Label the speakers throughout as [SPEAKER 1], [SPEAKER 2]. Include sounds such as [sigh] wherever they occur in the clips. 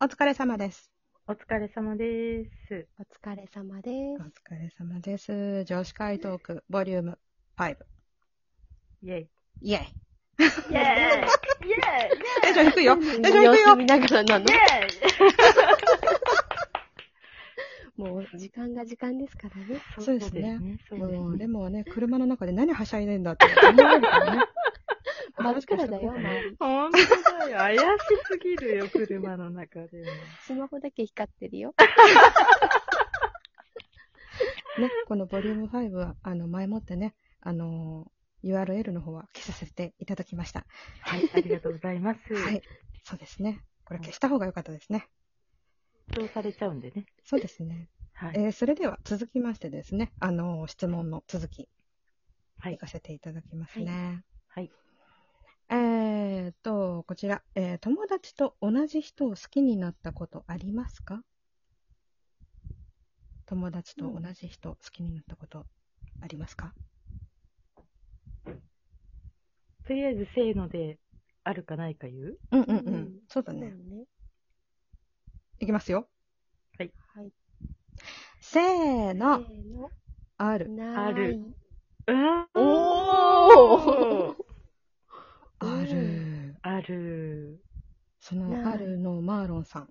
[SPEAKER 1] お疲れ様です。
[SPEAKER 2] お疲れ様です。
[SPEAKER 3] お疲れ様で
[SPEAKER 1] お
[SPEAKER 3] す。
[SPEAKER 1] 疲れ様です。女子会トーク、ボリューム5。
[SPEAKER 2] イェイ。
[SPEAKER 1] イェイ。
[SPEAKER 2] イェイイェイイェ
[SPEAKER 1] テンション低い [laughs] よ。テンション低いよ
[SPEAKER 3] 様。子見ながらなの。
[SPEAKER 2] イ
[SPEAKER 3] もう時間が時間ですからね。。
[SPEAKER 1] そうですね。
[SPEAKER 2] そうです
[SPEAKER 1] もう、
[SPEAKER 2] ね。
[SPEAKER 1] でもね、車の中で何はしゃいでんだ [laughs] って思われるからね
[SPEAKER 3] 真っ暗だよ、周り。
[SPEAKER 2] ほんとだよ。怪しすぎる
[SPEAKER 1] [laughs]
[SPEAKER 2] よ、車の中でも。
[SPEAKER 3] スマホだけ光ってるよ。
[SPEAKER 1] ね、このボリューム5は、あの、前もってね、あのー URL の方は消させていただきました。
[SPEAKER 2] はい、ありがとうございます。
[SPEAKER 1] はい。そうですね。これ消した方が良かったですね。
[SPEAKER 2] そうされちゃうんでね。
[SPEAKER 1] そうですね。
[SPEAKER 2] はい。
[SPEAKER 1] えーそれでは続きましてですね、あのー質問の続き、
[SPEAKER 2] は
[SPEAKER 1] 行
[SPEAKER 2] い
[SPEAKER 1] か。せていただきますね。
[SPEAKER 2] はい。
[SPEAKER 1] えーっと、こちら、えー友達と同じ人を好きになったことありますか友達と同じ人を好きになったことありますか、
[SPEAKER 2] とりあえず、せーので、あるかないか言う
[SPEAKER 1] うん、うんうんう
[SPEAKER 3] うんん。
[SPEAKER 1] そうだ
[SPEAKER 3] そう
[SPEAKER 1] ね。
[SPEAKER 3] ね。
[SPEAKER 1] いきますよ。
[SPEAKER 3] はい。
[SPEAKER 1] せー
[SPEAKER 3] せ
[SPEAKER 1] の、
[SPEAKER 3] ーの。
[SPEAKER 1] ある。
[SPEAKER 3] ない
[SPEAKER 2] ある。うん。
[SPEAKER 3] おー
[SPEAKER 1] ある。
[SPEAKER 2] ある。
[SPEAKER 1] その、
[SPEAKER 3] ない
[SPEAKER 1] あるのマーロンさん。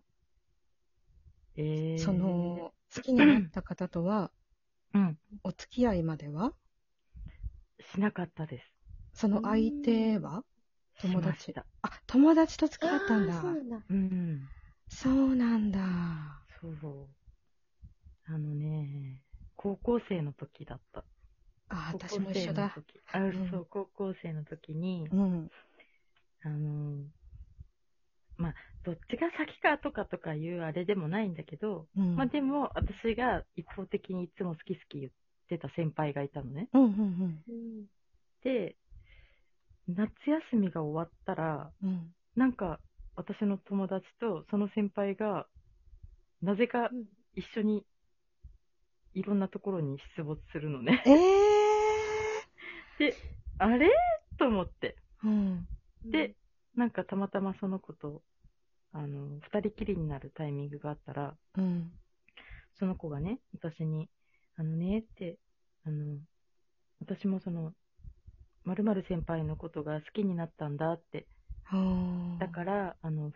[SPEAKER 2] えー。
[SPEAKER 1] そ、の、好きになった方とは、
[SPEAKER 2] うん。
[SPEAKER 1] お付き合いまでは
[SPEAKER 2] しなかったです。
[SPEAKER 1] その相手は友
[SPEAKER 2] しまし
[SPEAKER 1] 達。
[SPEAKER 2] た。
[SPEAKER 1] あ、友達と付き合ったん
[SPEAKER 3] あー
[SPEAKER 1] だ
[SPEAKER 3] そう。なんだ。
[SPEAKER 2] うん。
[SPEAKER 1] そうなんだ。
[SPEAKER 2] そう。あのね、高校生の時だった。
[SPEAKER 1] あ、
[SPEAKER 2] 高校
[SPEAKER 1] 私も一緒だ。
[SPEAKER 2] 生の時。あ、
[SPEAKER 1] ん
[SPEAKER 2] そう、高校生の時に、
[SPEAKER 1] うん。
[SPEAKER 2] あの、まあ、どっちが先かとかとかいうあれでもないんだけど、
[SPEAKER 1] うん。
[SPEAKER 2] まあでも、私が一方的にいつも好き好き言ってた先輩がいたのね。
[SPEAKER 1] うんうん
[SPEAKER 3] うん。
[SPEAKER 2] で、夏休みが終わったら、
[SPEAKER 1] うん。うん。
[SPEAKER 2] なんか、私の友達とその先輩が、なぜか
[SPEAKER 3] うん
[SPEAKER 2] 一緒にいろんなところに出没するのね。
[SPEAKER 1] ええ
[SPEAKER 2] あれと思って。
[SPEAKER 1] ー。うん。
[SPEAKER 2] で、なんかたまたまその子と、あの、二人きりになるタイミングがあったら、
[SPEAKER 1] うん。
[SPEAKER 2] その子がね、私に、あのねって、あの、私もその、〇〇先輩のことが好きになったんだって、
[SPEAKER 1] はあ。
[SPEAKER 2] だから、あの、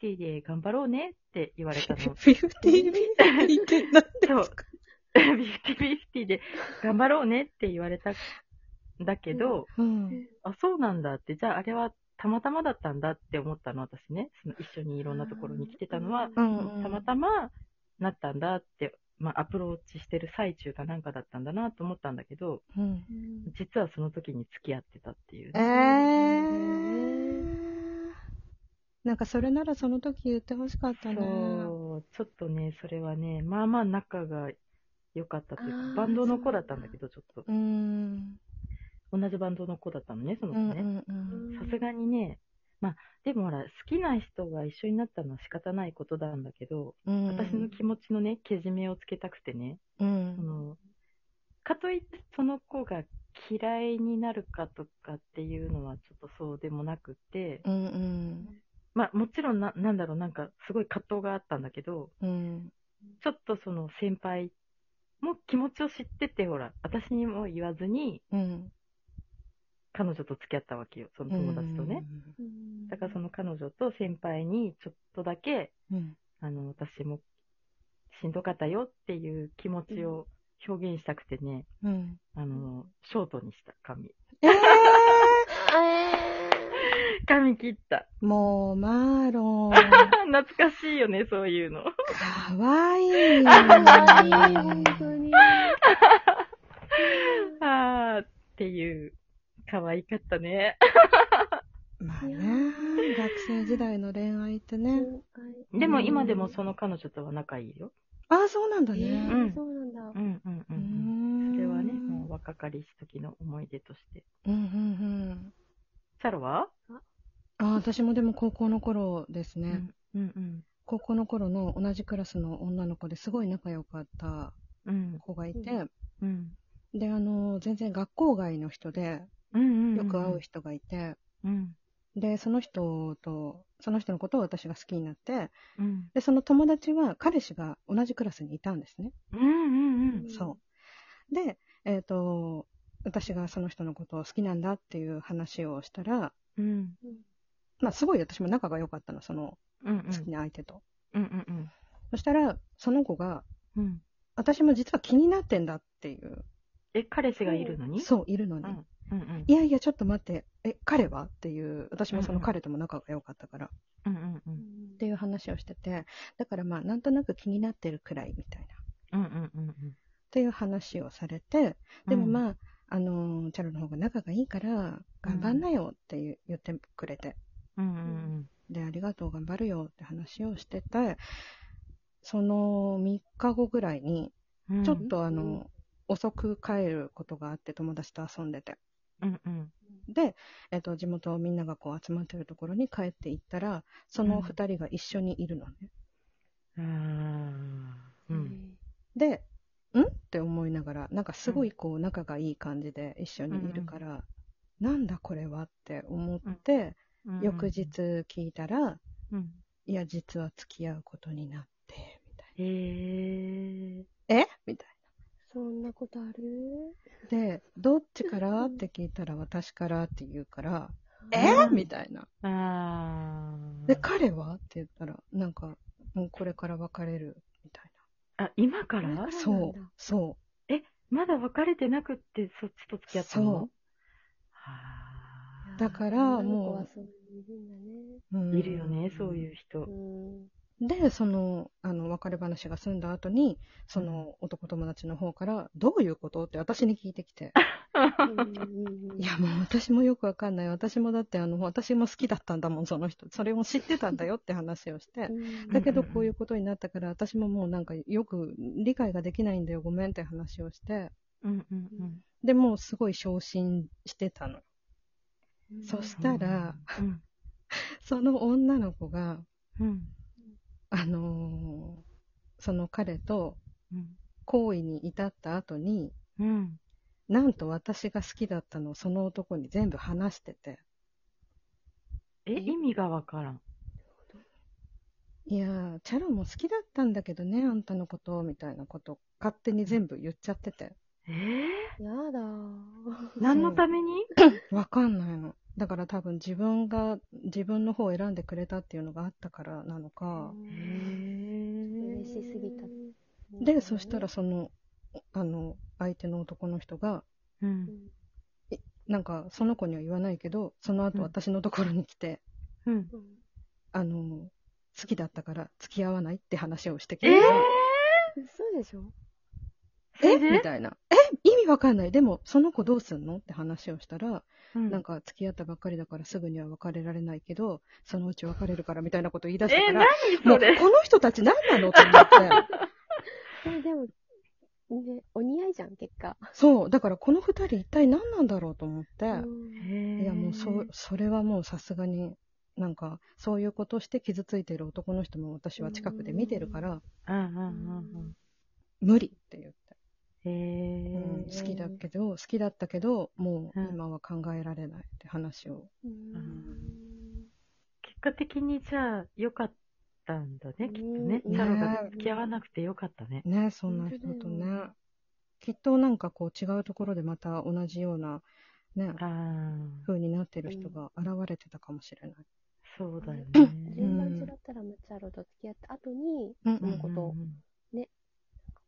[SPEAKER 2] 50-50で頑張ろうねって言われ
[SPEAKER 1] [laughs]
[SPEAKER 2] たの。
[SPEAKER 1] フィフティーリってなんですか
[SPEAKER 2] 50-50で頑張ろうねって言われたんだけど、
[SPEAKER 1] うん。
[SPEAKER 2] あ、そうなんだって、じゃああれはたまたまだったんだって思ったの、私ね。その一緒にいろんなところに来てたのは、
[SPEAKER 1] うんうん。
[SPEAKER 2] たまたまなったんだって、まあ、アプローチしてる最中かなんかだったんだなと思ったんだけど、
[SPEAKER 1] うん。
[SPEAKER 3] うん
[SPEAKER 2] 実はその時に付き合ってたっていう
[SPEAKER 1] え
[SPEAKER 2] ね、
[SPEAKER 1] えー。なんかそれならその時言ってほしかったな。
[SPEAKER 2] そう、ちょっとね、それはね、まあまあ仲が良かったというか、
[SPEAKER 3] あー
[SPEAKER 2] バンドの子だったんだけど、ちょっと、
[SPEAKER 1] うん。
[SPEAKER 2] 同じバンドの子だったのね、その
[SPEAKER 1] う
[SPEAKER 2] 子
[SPEAKER 1] んう
[SPEAKER 2] ね。
[SPEAKER 1] んうん。
[SPEAKER 2] さすがにね、まあ、でもほら、好きな人が一緒になったのは仕方ないことなんだけど、
[SPEAKER 1] うん
[SPEAKER 2] 私の気持ちのね、けじめをつけたくてね、
[SPEAKER 1] う
[SPEAKER 2] そ
[SPEAKER 1] ん。
[SPEAKER 2] のかといってその子が嫌いになるかとかっていうのはちょっとそうでもなくて、
[SPEAKER 1] うんうん。
[SPEAKER 2] まあもちろんな、なんだろう、なんかすごい葛藤があったんだけど、
[SPEAKER 1] うん。
[SPEAKER 2] ちょっとその先輩も気持ちを知ってて、ほら、私にも言わずに
[SPEAKER 1] うん。
[SPEAKER 2] 彼女と付き合ったわけよ、その友達とね。
[SPEAKER 3] うん
[SPEAKER 2] だからその彼女と先輩にちょっとだけ、
[SPEAKER 1] うん。
[SPEAKER 2] あの、私もしんどかったよっていう気持ちを表現したくてね、
[SPEAKER 1] うん。
[SPEAKER 2] あの、ショートにした髪。
[SPEAKER 1] ええ
[SPEAKER 3] え
[SPEAKER 2] 髪切った。 [laughs]
[SPEAKER 1] ー、もう、マーロン。
[SPEAKER 2] 懐かしいよね、そういうの。
[SPEAKER 1] かわいい。
[SPEAKER 3] ー。かわいい、本当に。
[SPEAKER 2] あーっていう、可愛かったね。
[SPEAKER 1] まあね、学生時代の恋愛ってね。
[SPEAKER 2] でも今でもその彼女とは仲いいよ。
[SPEAKER 1] ああ、そうなんだ
[SPEAKER 3] えー
[SPEAKER 1] ね。
[SPEAKER 2] うん
[SPEAKER 3] そうなんだ
[SPEAKER 2] う。んうんう。
[SPEAKER 1] うん
[SPEAKER 2] うんん、それはね、もう若かりし時の思い出として。
[SPEAKER 1] うんうん
[SPEAKER 2] チャロは、
[SPEAKER 1] うん。あ私もでも高校の頃です
[SPEAKER 2] う
[SPEAKER 1] ね、
[SPEAKER 2] ん、うんうん。
[SPEAKER 1] 高校の頃の同じクラスの女の子ですごい仲良かった
[SPEAKER 2] うん
[SPEAKER 1] 子がいて、
[SPEAKER 3] う
[SPEAKER 2] うん。
[SPEAKER 1] で、あの、全然学校外の人で、
[SPEAKER 2] うんうんうん。
[SPEAKER 1] よく会う人がいて、
[SPEAKER 2] うん。
[SPEAKER 1] で、その人とその人のことを私が好きになって、
[SPEAKER 2] うん。
[SPEAKER 1] で、その友達は彼氏が同じクラスにいたんですね。
[SPEAKER 2] うんうんうん。
[SPEAKER 1] そう。で、えっ、と、私がその人のことを好きなんだっていう話をしたら、
[SPEAKER 2] うん。
[SPEAKER 1] まあ、すごい私も仲が良かったの、その
[SPEAKER 2] うん
[SPEAKER 1] 好きな相手と。
[SPEAKER 2] うんうんうん
[SPEAKER 1] そしたら、その子が、
[SPEAKER 2] うん。
[SPEAKER 1] 私も実は気になってんだっていう、
[SPEAKER 2] え、彼氏がいるのに
[SPEAKER 1] そう、いるのに。
[SPEAKER 2] うんうんうん。
[SPEAKER 1] いやいや、ちょっと待って、え、彼はっていう、私もそ
[SPEAKER 2] うん
[SPEAKER 1] の
[SPEAKER 2] うん
[SPEAKER 1] 彼とも仲が良かったから、っ
[SPEAKER 2] うんうんうん。
[SPEAKER 1] ていう話をしてて、だからまあ、なんとなく気になってるくらいみたいな、っ
[SPEAKER 2] うんうんうんうん。
[SPEAKER 1] ていう話をされて、でも
[SPEAKER 2] あ、
[SPEAKER 1] まあ、あのーチャルの方が仲がいいから、頑張んなよっていう言ってくれて、
[SPEAKER 2] うんうん
[SPEAKER 1] で、ありがとう、頑張るよって話をしてて、その3日後ぐらいに、
[SPEAKER 2] うん。
[SPEAKER 1] ちょっとあ
[SPEAKER 3] うん
[SPEAKER 1] の、遅く帰ることがあって友達と遊んでて。
[SPEAKER 2] うんうん。
[SPEAKER 1] で、えっと、地元みんながこう集まってるところに帰って行ったら、その二人が一緒にいるのね。
[SPEAKER 2] あーうん。
[SPEAKER 1] で、んって思いながら、なんかすごいこう仲がいい感じで一緒にいるから、なんだこれはって思って、
[SPEAKER 2] うん
[SPEAKER 1] 翌日聞いたら、
[SPEAKER 2] うん。
[SPEAKER 1] いや、実は付き合うことになって、みたい
[SPEAKER 2] へえ。
[SPEAKER 1] な。えみたい
[SPEAKER 3] そんなことある
[SPEAKER 1] な。で、どっちからって聞いたら、私からって言うから、
[SPEAKER 2] え
[SPEAKER 1] みたいな。
[SPEAKER 2] あー
[SPEAKER 1] で、彼はって言ったら、なんか、もうこれから別れるみたい
[SPEAKER 2] あ、今か
[SPEAKER 3] 今から
[SPEAKER 1] な。
[SPEAKER 3] らそうな
[SPEAKER 1] そ
[SPEAKER 3] んだ
[SPEAKER 1] う、そ
[SPEAKER 2] まだ別れてなくって、そっちと付き合ったの
[SPEAKER 1] そう
[SPEAKER 2] は
[SPEAKER 1] だからもう
[SPEAKER 3] 女の子はそういうのいるんだね
[SPEAKER 1] う。うん
[SPEAKER 2] あいるよね、そういう人
[SPEAKER 3] う。ん
[SPEAKER 1] で、その、あの、別れ話が済んだ後に、その男友達の方から、どういうことって私に聞いてきて、
[SPEAKER 3] うん
[SPEAKER 1] いや、もう私もよくわかんない。私もだって、あの、私も好きだったんだもん、その人。それも知ってたんだよって話をして
[SPEAKER 3] う。ん
[SPEAKER 1] だけど、こういうことになったから、私ももうなんか、よく理解ができないんだよ、ごめんって話をして。
[SPEAKER 2] うんうんうん。
[SPEAKER 1] で、もうすごい昇進してたの。
[SPEAKER 3] うん
[SPEAKER 1] そしたら、
[SPEAKER 2] うん。
[SPEAKER 1] その女の子が、
[SPEAKER 2] うん。
[SPEAKER 1] あのーその彼と
[SPEAKER 2] うん。
[SPEAKER 1] 行為に至った後に、
[SPEAKER 2] うん。
[SPEAKER 1] なんと私が好きだったのをその男に全部話してて、
[SPEAKER 2] え、意味がわからん。
[SPEAKER 1] いやー、チャロも好きだったんだけどね、あんたのこと、みたいなこと、勝手に全部言っちゃってて、
[SPEAKER 2] えー、
[SPEAKER 3] やだ
[SPEAKER 2] 何のために
[SPEAKER 1] わかんないの。だから多分自分が、自分の方を選んでくれたっていうのがあったからなのか、
[SPEAKER 2] え
[SPEAKER 3] 嬉
[SPEAKER 2] ー、
[SPEAKER 3] しすぎた
[SPEAKER 1] で、そしたらその、あの、相手の男の人が、
[SPEAKER 2] う。
[SPEAKER 3] うんん
[SPEAKER 1] なんか、その子には言わないけど、その
[SPEAKER 2] う
[SPEAKER 1] 後
[SPEAKER 2] ん
[SPEAKER 1] 私のところに来て、
[SPEAKER 2] うん。
[SPEAKER 3] うん
[SPEAKER 1] あの、好きだったから付き合わないって話をしてき
[SPEAKER 2] え
[SPEAKER 1] て、
[SPEAKER 2] ー、
[SPEAKER 3] 嘘でしょ
[SPEAKER 2] それ
[SPEAKER 1] み
[SPEAKER 2] で、
[SPEAKER 1] たいな。え意味わかんない。でも、その子どうすんのって話をしたら、
[SPEAKER 2] うん
[SPEAKER 1] なんか付き合ったばっかりだからすぐには別れられないけど、そのうち別れるからみたいなこと言い出したか
[SPEAKER 2] え、
[SPEAKER 1] ら、も
[SPEAKER 2] 何そ
[SPEAKER 1] こ
[SPEAKER 2] うれ
[SPEAKER 1] の人たち何なのと思って、
[SPEAKER 3] それでも、ね、お似合いじゃん、結果。
[SPEAKER 1] そう、だからこの二人一体何なんだろうと思って、
[SPEAKER 3] うん
[SPEAKER 1] いやもうそ、それはもうさすがに、なんか、そういうことして傷ついてる男の人も私は近くで見てるから、
[SPEAKER 2] うんうんうん
[SPEAKER 1] 無理って言って。
[SPEAKER 2] うん。
[SPEAKER 1] う
[SPEAKER 2] え
[SPEAKER 1] ん
[SPEAKER 2] ー、
[SPEAKER 1] 好きだけど、好きだったけど、もう
[SPEAKER 2] うん
[SPEAKER 1] 今は考えられないって話を。
[SPEAKER 3] うん
[SPEAKER 2] 結果的にじゃあ良かったんだね、きっとね。
[SPEAKER 1] うん
[SPEAKER 2] チャロが付き合わなくて良かったね。
[SPEAKER 1] ね、そんな人と
[SPEAKER 3] 本当だ
[SPEAKER 1] ね。きっとなんかこう違うところでまた同じような、ね、
[SPEAKER 2] ああ、
[SPEAKER 1] 風になってる人が現れてたかもしれない。
[SPEAKER 2] そうだよね。
[SPEAKER 3] 順番違ったら、ムチャロと付き合った後に、
[SPEAKER 1] うん
[SPEAKER 3] その子と
[SPEAKER 2] うん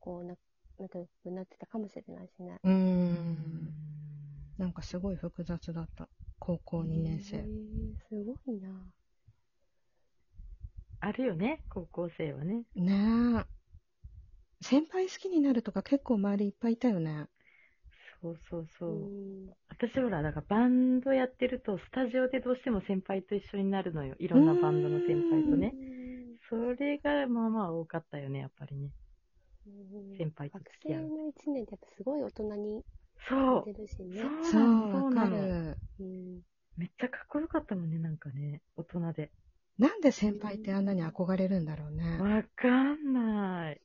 [SPEAKER 3] こう、な仲良くなってたかもしれないしね。
[SPEAKER 1] う
[SPEAKER 2] うんうん
[SPEAKER 1] ん。なんかすごい複雑だった。高校2年
[SPEAKER 3] へ
[SPEAKER 1] 生
[SPEAKER 3] え。すごいな。
[SPEAKER 2] あるよね、高校生はね。
[SPEAKER 1] ねえ。先輩好きになるとか結構周りいっぱいいたよね。
[SPEAKER 2] そうそうそうう。
[SPEAKER 3] ん
[SPEAKER 2] 私ほら、だからバンドやってると、スタジオでどうしても先輩と一緒になるのよ。いろんなバンドの先輩とね。それがまあまあ多かったよね、やっぱりね。
[SPEAKER 3] うん
[SPEAKER 2] 先輩と
[SPEAKER 3] 学
[SPEAKER 2] 付き合
[SPEAKER 3] 生
[SPEAKER 2] う。
[SPEAKER 3] の一年ってやっぱすごい大人に
[SPEAKER 2] そう
[SPEAKER 3] 出るしね
[SPEAKER 2] そう。
[SPEAKER 1] そ
[SPEAKER 2] なの
[SPEAKER 1] う、
[SPEAKER 2] そ
[SPEAKER 1] わ
[SPEAKER 2] うな
[SPEAKER 1] か
[SPEAKER 2] の。
[SPEAKER 1] る。
[SPEAKER 3] うん
[SPEAKER 2] めっちゃかっこよかったもんね、なんかね。大人で。
[SPEAKER 1] なんで先輩ってあんなに憧れるんだろうね。
[SPEAKER 2] わかんない。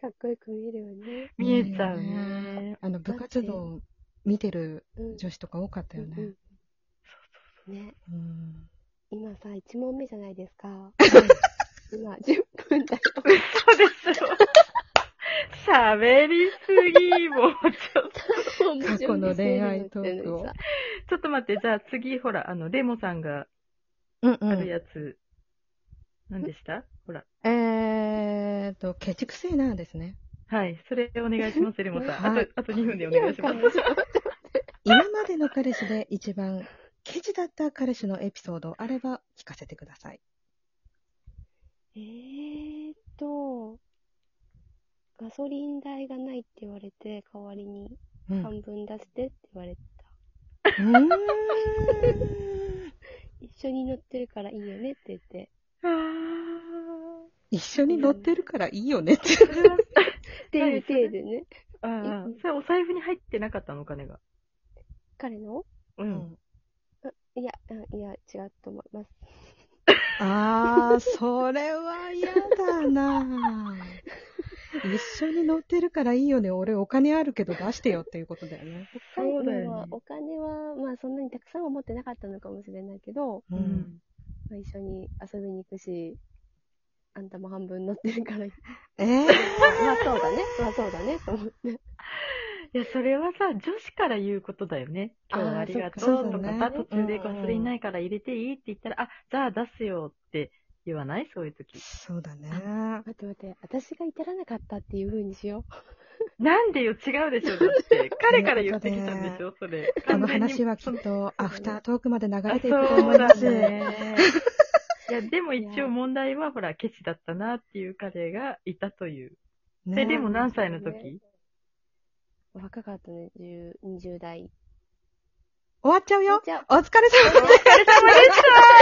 [SPEAKER 3] かっこよく見えるよね。
[SPEAKER 2] 見えちゃうね。
[SPEAKER 1] あの部活動を見てる
[SPEAKER 3] うん
[SPEAKER 1] 女子とか多かったよね。
[SPEAKER 3] うんう
[SPEAKER 2] そ
[SPEAKER 3] ん
[SPEAKER 2] うそう
[SPEAKER 3] ね、
[SPEAKER 1] うん。
[SPEAKER 3] 今さ、1問目じゃないですか。今、10分だよ。
[SPEAKER 2] そうですよ。喋りすぎ、もうちょっと。
[SPEAKER 1] 過去の恋愛トークを
[SPEAKER 2] ちょっと待って、じゃあ次、ほら、あの、レモさんが
[SPEAKER 1] うんう
[SPEAKER 2] ある
[SPEAKER 1] ん。
[SPEAKER 2] やつ、何でしたほら。
[SPEAKER 1] えーっと、ケチくせえなですね。
[SPEAKER 2] はい、それお願いします、レモさん。
[SPEAKER 1] [laughs] は
[SPEAKER 2] あ
[SPEAKER 1] い
[SPEAKER 2] と、あと2分でお願いします。
[SPEAKER 1] 今までの彼氏で一番ケチだった彼氏のエピソードあれば聞かせてください。
[SPEAKER 3] えーっと、ガソリン代がないって言われて、代わりに
[SPEAKER 1] うん。う
[SPEAKER 3] 半分出してって言われた。
[SPEAKER 1] ーん
[SPEAKER 3] 一緒に乗ってるからいいよねって言って。
[SPEAKER 2] あ
[SPEAKER 1] 一緒に乗ってるからいいよねって。
[SPEAKER 2] ーそれは
[SPEAKER 3] っていう体でね。
[SPEAKER 2] あー、それお財布に入ってなかったの、お金が。
[SPEAKER 3] 彼の
[SPEAKER 2] うん。
[SPEAKER 3] いや、あいや、違うと思います。
[SPEAKER 1] ああ、それは嫌だな。一緒に乗ってるからいいよね。俺お金あるけど出してよっていうことだよね。
[SPEAKER 2] そうだよね
[SPEAKER 3] 彼はお金は、まあそんなにたくさんは持ってなかったのかもしれないけど、
[SPEAKER 1] う。
[SPEAKER 2] うんん。
[SPEAKER 3] まあ、一緒に遊びに行くし、あんたも半分乗ってるから [laughs] いい。
[SPEAKER 1] えー、
[SPEAKER 3] まあそうだね、まあそうだね、と思って。
[SPEAKER 2] いや、それはさ、女子から言うことだよね。今日はありがと
[SPEAKER 1] あー
[SPEAKER 2] う
[SPEAKER 1] そっ
[SPEAKER 2] と
[SPEAKER 1] か
[SPEAKER 2] か
[SPEAKER 1] そうだ
[SPEAKER 2] さ、
[SPEAKER 1] ね
[SPEAKER 2] 途中でガソリンないから入れていいって言ったら、あ、じゃあ出すよって言わないそういう時。
[SPEAKER 1] そうだね。
[SPEAKER 3] 待って待って、私が至らなかったっていう風にしよ
[SPEAKER 2] なんでよ、違うでしょ、だ
[SPEAKER 1] [laughs]
[SPEAKER 2] って。彼から言ってきたんでしょ、それ。
[SPEAKER 1] この話はき
[SPEAKER 2] そ
[SPEAKER 1] っ
[SPEAKER 2] の
[SPEAKER 1] とアフタートークまで流
[SPEAKER 2] あ
[SPEAKER 1] れていくと
[SPEAKER 2] そ
[SPEAKER 1] 思
[SPEAKER 2] う
[SPEAKER 1] い
[SPEAKER 2] だ
[SPEAKER 1] ます。 [laughs]
[SPEAKER 2] ね。いや、でも一応問題は、ほら、ケチだったなっていう彼がいたという。
[SPEAKER 1] ね
[SPEAKER 2] で、でも何歳の時
[SPEAKER 3] う。若かったね、10 20代。
[SPEAKER 1] 終わっちゃうよ。
[SPEAKER 3] じゃ
[SPEAKER 1] お
[SPEAKER 3] あ
[SPEAKER 1] 疲れ様
[SPEAKER 2] お疲れ様でした